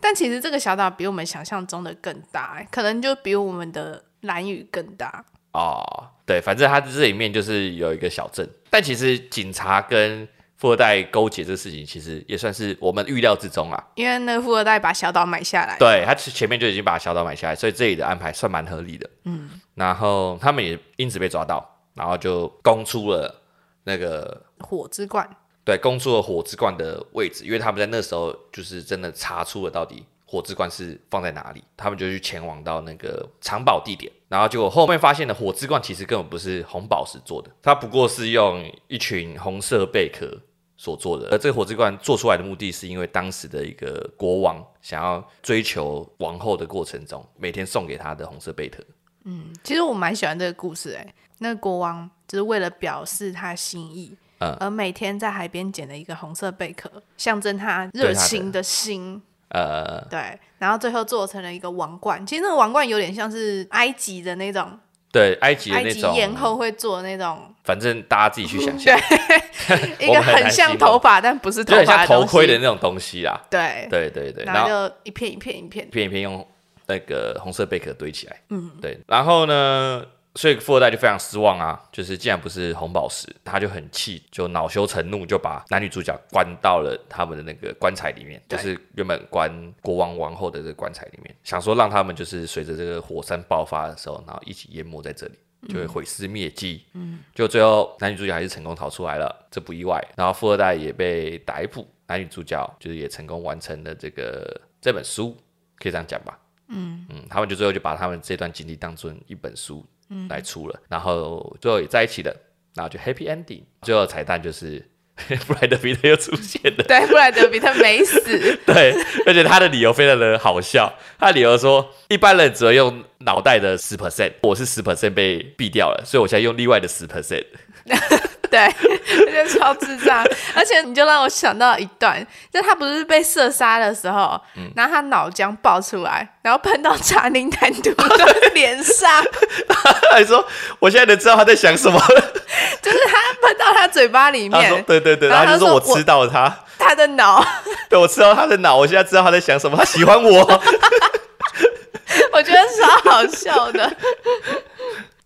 S1: 但其实这个小岛比我们想象中的更大、哎可能就比我们的蓝屿更大。
S2: 哦，对，反正他这里面就是有一个小镇，但其实警察跟富二代勾结这事情，其实也算是我们预料之中啊啦。
S1: 因为那个富二代把小岛买下来，
S2: 对他前前面就已经把小岛买下来，所以这里的安排算蛮合理的。嗯，然后他们也因此被抓到，然后就供出了那个
S1: 火之冠，
S2: 对供出了火之冠的位置，因为他们在那时候就是真的查出了到底火之冠是放在哪里，他们就去前往到那个藏宝地点，然后结果后面发现了火之冠其实根本不是红宝石做的，它不过是用一群红色贝壳所做的。而这个火之冠做出来的目的，是因为当时的一个国王想要追求王后的过程中，每天送给她的红色贝壳。
S1: 其实我蛮喜欢这个故事、哎，那个国王就是为了表示他心意，
S2: 嗯
S1: 而每天在海边捡了一个红色贝壳，象征他
S2: 对
S1: 热
S2: 他的
S1: 情的心。
S2: 呃，
S1: 对，然后最后做成了一个王冠。其实那个王冠有点像是埃及的那种，
S2: 对，埃及的
S1: 埃
S2: 那
S1: 及
S2: 种，
S1: 艳后会做的那
S2: *laughs*
S1: 种，
S2: 反正大家自己去想
S1: *laughs*
S2: 象，
S1: 对，一
S2: 我
S1: 个
S2: 们很难
S1: 很
S2: 形
S1: 像
S2: 容
S1: 头发但不是
S2: 就
S1: 头
S2: 很
S1: 发
S2: 像头
S1: 东
S2: 盔
S1: 西
S2: 的那种东西啦。
S1: 对，
S2: 对对对，
S1: 然
S2: 然
S1: 后
S2: 后
S1: 就一片一片一片
S2: 一，片一片用那个红色贝壳堆起来。嗯，对。然后呢，所以富二代就非常失望啊，就是既然不是红宝石，他就很气，就恼羞成怒，就把男女主角关到了他们的那个棺材里面，就
S1: 对
S2: 是原本关国王王后的这个棺材里面，想说让他们就是随着这个火山爆发的时候，然后一起淹没在这里。就会毁尸灭迹，嗯，就最后男女主角还是成功逃出来了，这不意外。然后富二代也被逮捕，男女主角就是也成功完成了这个这本书，可以这样讲吧？嗯他们就最后就把他们这段经历当成一本书来出了，然后最后也在一起了，然后就 happy ending。最后彩蛋就是 *laughs* 布莱德彼特又出现
S1: *laughs*
S2: 了，
S1: 对，布莱德比特没死，
S2: 对，而且他的理由非常的好笑，他的理由说一般人只会用脑袋的十 percent，我是十 percent 被毙掉了，所以我现在用另外的十 percent。
S1: *laughs*
S2: *laughs*
S1: 对，我觉得超智障。而且你就让我想到一段，就他不是被射杀的时候，
S2: 嗯
S1: 然后他脑浆爆出来，然后喷到查宁坦途的脸上， *laughs*
S2: 他还说我现在能知道他在想什么了，
S1: 就是他喷到他嘴巴里
S2: 他说
S1: 面，
S2: 对对对，
S1: 然
S2: 然
S1: 后
S2: 后就
S1: 他
S2: 说
S1: 说
S2: 我
S1: 我
S2: 知道了他。
S1: 他的脑，
S2: 对，我知道他的脑，我现在知道他在想什么，他喜欢我。
S1: 我觉得超好笑的。
S2: *laughs*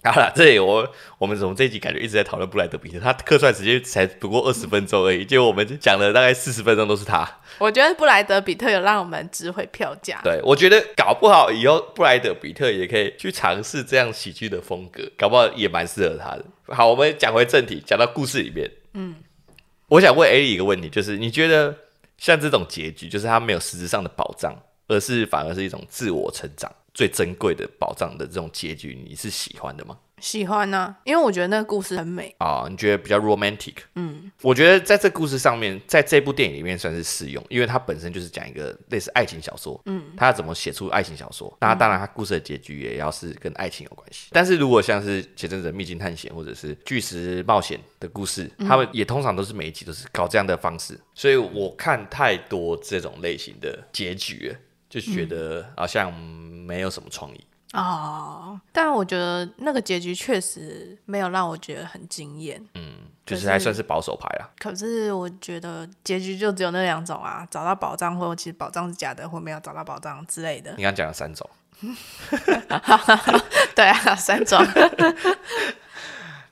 S2: 好了，这里我我们从这一集感觉一直在讨论布莱德比特，他客串时间才不过二十分钟而已，结果我们讲了大概四十分钟都是他。
S1: 我觉得布莱德比特有让我们值回票价。
S2: 对，我觉得搞不好以后布莱德比特也可以去尝试这样喜剧的风格，搞不好也蛮适合他的。好，我们讲回正题，讲到故事里面，嗯，我想问 A 一个问题，就是你觉得像这种结局，就是他没有实质上的保障，而是反而是一种自我成长最珍贵的保障的这种结局，你是喜欢的吗？
S1: 喜欢呢、因为我觉得那个故事很美。
S2: 啊、你觉得比较 romantic？嗯，我觉得在这故事上面，在这部电影里面算是适用，因为它本身就是讲一个类似爱情小说。嗯，它要怎么写出爱情小说？那当然，它故事的结局也要是跟爱情有关系。但是如果像是前阵子的《秘境探险》或者是《巨石冒险》的故事，他们也通常都是每一集都是搞这样的方式，所以我看太多这种类型的结局了，就觉得好像没有什么创意。
S1: 哦，但我觉得那个结局确实没有让我觉得很惊艳。
S2: 就是
S1: 可
S2: 还
S1: 是
S2: 算是保守牌啦。
S1: 可是我觉得结局就只有那两种啊，找到宝藏或其实宝藏是假的，或没有找到宝藏之类
S2: *laughs*
S1: 的。
S2: 你刚刚讲了三种，
S1: 对啊，三种。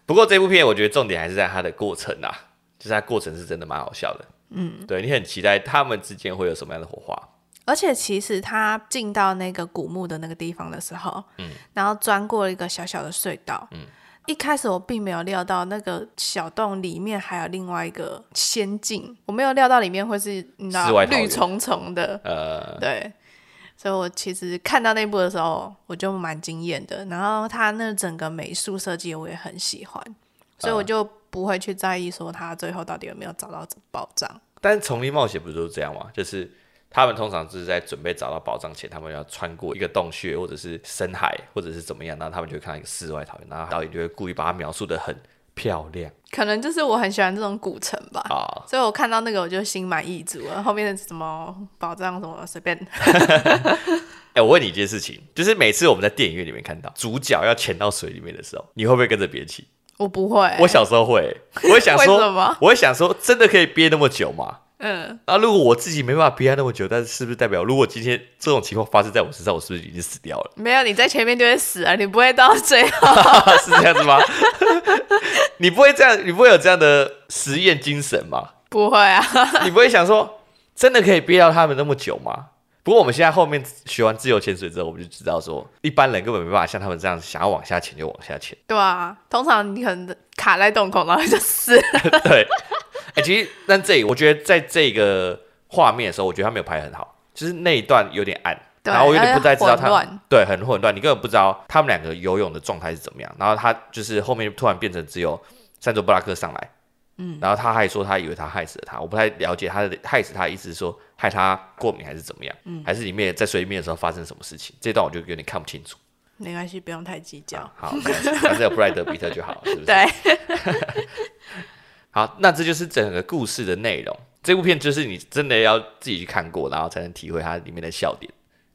S2: 不过这部片我觉得重点还是在它的过程啊，就是它过程是真的蛮好笑的。嗯，对你很期待他们之间会有什么样的火花。
S1: 而且其实他进到那个古墓的那个地方的时候，嗯，然后钻过一个小小的隧道，嗯，一开始我并没有料到那个小洞里面还有另外一个仙境，我没有料到里面会是你知道
S2: 世外桃源
S1: 绿重重的，
S2: 呃，
S1: 对。所以我其实看到那部的时候，我就蛮惊艳的。然后他那整个美术设计我也很喜欢，所
S2: 嗯
S1: 以我就不会去在意说他最后到底有没有找到宝藏。
S2: 但是丛林冒险不是都这样吗？就是他们通常就是在准备找到宝藏前，他们要穿过一个洞穴，或者是深海，或者是怎么样，然后他们就会看到一个世外桃源，然后导演就会故意把它描述的很漂亮
S1: 可能就是我很喜欢这种古城吧。
S2: 啊。
S1: 所以我看到那个我就心满意足了，后面的什么保障什么随便，
S2: 哎、我问你一件事情，就是每次我们在电影院里面看到主角要潜到水里面的时候，你会不会跟着憋气？
S1: 我不会、
S2: 我小时候
S1: *laughs*
S2: 会，我会想
S1: 为什
S2: 说
S1: 么，
S2: 我会想说，真的可以憋那么久吗？
S1: 嗯，
S2: 啊，如果我自己没办法憋那么久，但是是不是代表，如果今天这种情况发生在我身上，我是不是已经死掉了？ *laughs*
S1: 没有你在前面就会死啊，你不会到最后。 *laughs*
S2: 是这样子吗？ *laughs* 你不会这样，你不会有这样的实验精神吗？
S1: *laughs* 不会啊，
S2: 你不会想说，真的可以憋到他们那么久吗？不过我们现在后面学完自由潜水之后，我们就知道说，一般人根本没办法像他们这样，想要往下潜就往下潜。
S1: 对啊，通常你可能卡在洞口，然后就死了。
S2: *laughs* 对，哎、其实但这里我觉得在这个画面的时候，我觉得他没有拍得很好，就是那一段有点暗，
S1: 对
S2: 然后我有点不太知道
S1: 而且很
S2: 他
S1: 乱，
S2: 对，很混乱，你根本不知道他们两个游泳的状态是怎么样。然后他就是后面突然变成只有山卓布拉克上来，嗯，然后他还说他以为他害死了他，我不太了解他的害死他的意思是说害他过敏还是怎么样，嗯，还是里面在水里面的时候发生什么事情，这段我就有点看不清楚。
S1: 没关系，不用太计较。
S2: 好，没关系反正有布莱德比特就好了，是不是？
S1: 对，
S2: 好，那这就是整个故事的内容。这部片就是你真的要自己去看过，然后才能体会它里面的笑点。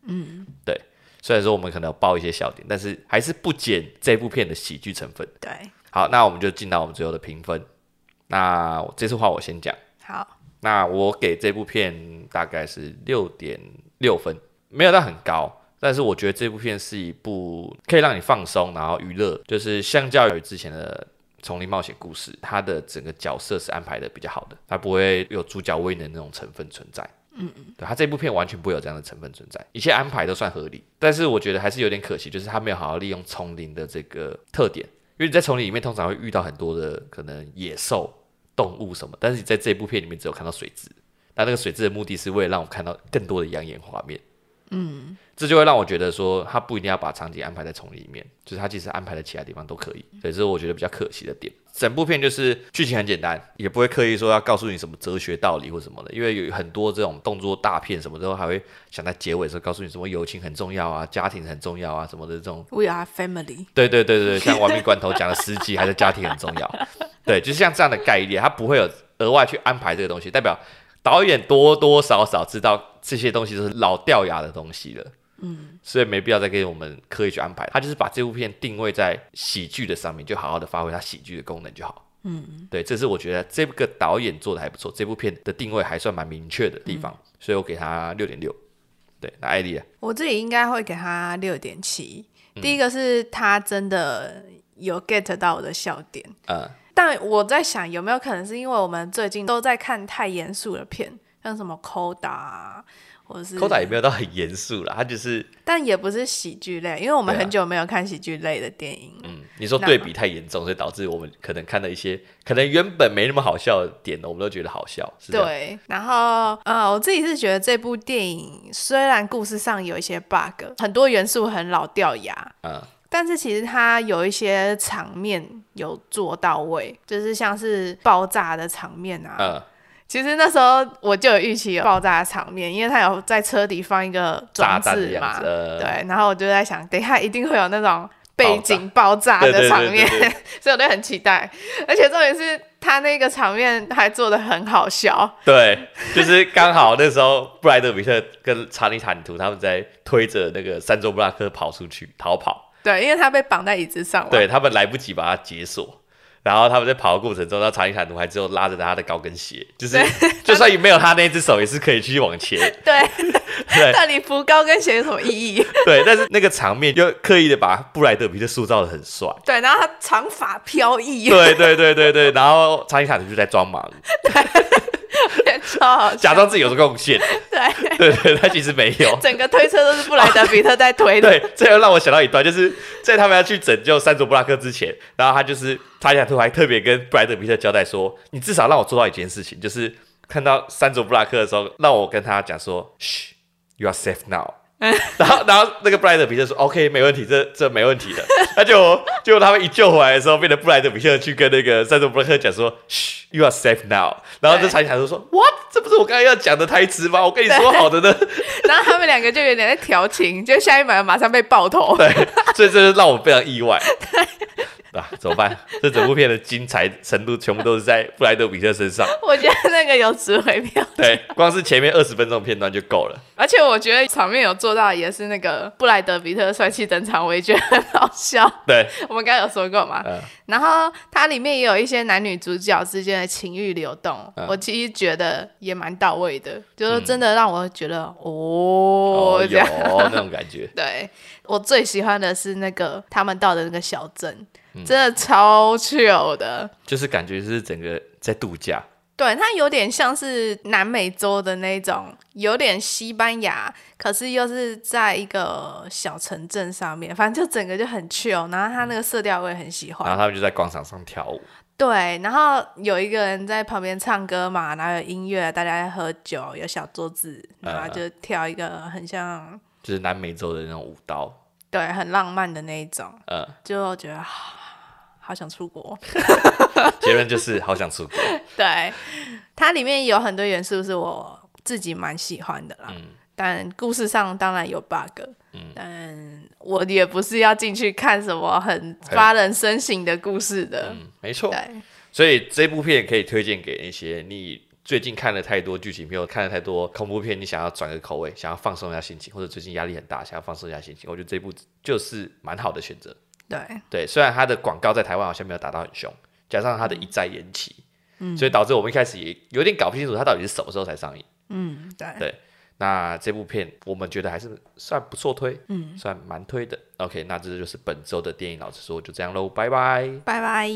S2: 嗯，对。虽然说我们可能有爆一些笑点，但是还是不减这部片的喜剧成分。
S1: 对，
S2: 好，那我们就进到我们最后的评分。那我这次话我先讲，
S1: 好，
S2: 那我给这部片大概是六点六分，没有到很高，但是我觉得这部片是一部可以让你放松，然后娱乐，就是相较于之前的《丛林冒险故事》，它的整个角色是安排的比较好的，它不会有主角威能那种成分存在。嗯嗯，对，它这部片完全不会有这样的成分存在，一切安排都算合理，但是我觉得还是有点可惜，就是它没有好好利用丛林的这个特点，因为你在丛林里面通常会遇到很多的可能野兽、动物什么，但是你在这部片里面只有看到水蛭，那那个水蛭的目的是为了让我看到更多的养眼画面。嗯，这就会让我觉得说，他不一定要把场景安排在丛林里面，就是他其实安排在其他地方都可以，所以这是我觉得比较可惜的点。整部片就是剧情很简单，也不会刻意说要告诉你什么哲学道理或什么的，因为有很多这种动作大片什么之后，还会想在结尾的时候告诉你什么友情很重要啊，家庭很重要啊什么的这种
S1: We are family。
S2: 对对对 *laughs* 对，像亡命关头讲了十集，还是家庭很重要。 *laughs* 对，就是像这样的概念，他不会有额外去安排这个东西，代表导演多多少少知道这些东西都是老掉牙的东西了。嗯，所以没必要再给我们刻意去安排，他就是把这部片定位在喜剧的上面，就好好的发挥它喜剧的功能就好。嗯，对，这是我觉得这个导演做的还不错，这部片的定位还算蛮明确的地方，所以我给他六点六。对，那艾丽呢？
S1: 我自己应该会给他六点七。
S2: 嗯
S1: 第一个是他真的有 get 到我的笑点，
S2: 呃，
S1: 但我在想，有没有可能是因为我们最近都在看太严肃的片，像什么《Coda》啊，或者是
S2: 扣打也没有到很严肃啦，他就是
S1: 但也不是喜剧类，因为我们
S2: 对啊
S1: 很久没有看喜剧类的电影了。
S2: 嗯，你说对比太严重，所以导致我们可能看到一些可能原本没那么好笑的点，我们都觉得好笑，是这样
S1: 对，然后呃，我自己是觉得这部电影虽然故事上有一些 bug，很多元素很老掉牙，
S2: 嗯，
S1: 但是其实它有一些场面有做到位，就是像是爆炸的场面啊，
S2: 嗯，
S1: 其实那时候我就有预期有爆炸的场面，因为他有在车底放一个
S2: 炸
S1: 装
S2: 弹的
S1: 置
S2: 样
S1: 嘛，
S2: 子，呃，
S1: 对，然后我就在想，等一下一定会有那种背景爆炸
S2: 对
S1: 的
S2: 对
S1: 场
S2: 对
S1: 面， *laughs*
S2: 对对
S1: 所以我都很期待。而且重点是他那个场面还做的很好笑，
S2: 对，就是刚好那时候布莱德比特跟查理坦图他们在推着那个山州布拉克跑出去逃跑，
S1: 对，因为他被绑在椅子上嘛，
S2: 对他们来不及把它解锁。然后他们在跑的过程中，那查理坦图还只有拉着他的高跟鞋，就是就算没有他那只手，也是可以去往前。
S1: 对，
S2: 对
S1: 到底扶高跟鞋有什么意
S2: *laughs*
S1: 义？
S2: 对，但是那个场面就刻意的把布莱德比特塑造的很帅。
S1: 对，然后他长发飘逸， *laughs*
S2: 对对对对对，然后查理坦图就在装忙，
S1: 超好笑，
S2: 假装自己有贡献。
S1: 对，
S2: 对对，他其实没有。
S1: 整个推车都是布莱德比特在推的，
S2: 对，这又让我想到一段，就是在他们要去拯救山卓布拉克之前，然后他就是查理亚特还特别跟布莱德皮特交代说：“你至少让我做到一件事情，就是看到山卓布拉克的时候，让我跟他讲说，嘘，you are safe now。”然后，然后那个布莱德皮特说：“OK，没问题，这这没问题的。”那就结果他们一救回来的时候，变成布莱德皮特去跟那个山卓布拉克讲说：“嘘，you are safe now。”然后这
S1: 对
S2: 查理亚特说：“What？这不是我刚才要讲的台词吗？我跟你说好的呢。”
S1: 然后他们两个就有点在调情，就下一秒马上被爆头，
S2: 对， *laughs* 所以这就让我非常意外。啊，怎么办？这整部片的精彩程度全部都是在布莱德比特身上。
S1: *laughs* 我觉得那个有值回票。
S2: 对，光是前面二十分钟的片段就够了。
S1: 而且我觉得场面有做到，也是那个布莱德比特帅气登场，我也觉得很好笑。
S2: 对，
S1: 我们刚刚有说过嘛，
S2: 嗯
S1: 然后它里面也有一些男女主角之间的情欲流动，
S2: 嗯
S1: 我其实觉得也蛮到位的，就是真的让我觉得、哦，这
S2: 有
S1: 样。
S2: 那种感觉。
S1: *laughs* 对我最喜欢的是那个他们到的那个小镇，
S2: 嗯
S1: 真的超 chill 的。
S2: 就是感觉是整个在度假，
S1: 对，它有点像是南美洲的那种，有点西班牙，可是又是在一个小城镇上面，反正就整个就很 chill。然后它那个色调我也很喜欢
S2: 然。后他们就在广场上跳舞。
S1: 对，然后有一个人在旁边唱歌嘛，然后有音乐，大家在喝酒，有小桌子，然后就跳一个很像
S2: 就是南美洲的那种舞蹈，
S1: 对很浪漫的那一种，
S2: 呃，
S1: 就觉得啊好想出国。
S2: 结论就是好想出国，
S1: *laughs* 对，它里面有很多元素是我自己蛮喜欢的啦，
S2: 嗯
S1: 但故事上当然有 bug，、但我也不是要进去看什么很发人深省的故事的。
S2: 嗯，没错。
S1: 对，
S2: 所以这部片可以推荐给那些你最近看了太多剧情片，或看了太多恐怖片，你想要转个口味，想要放松一下心情，或者最近压力很大，想要放松一下心情，我觉得这部就是蛮好的选择。
S1: 对，
S2: 对，虽然它的广告在台湾好像没有打到很凶，加上它的一再延期，嗯所以导致我们一开始也有点搞不清楚它到底是什么时候才上映。
S1: 嗯，对，
S2: 对那这部片我们觉得还是算不错推，嗯，算蛮推的。OK，那这就是本周的电影老师说就这样喽，拜拜。
S1: 拜拜。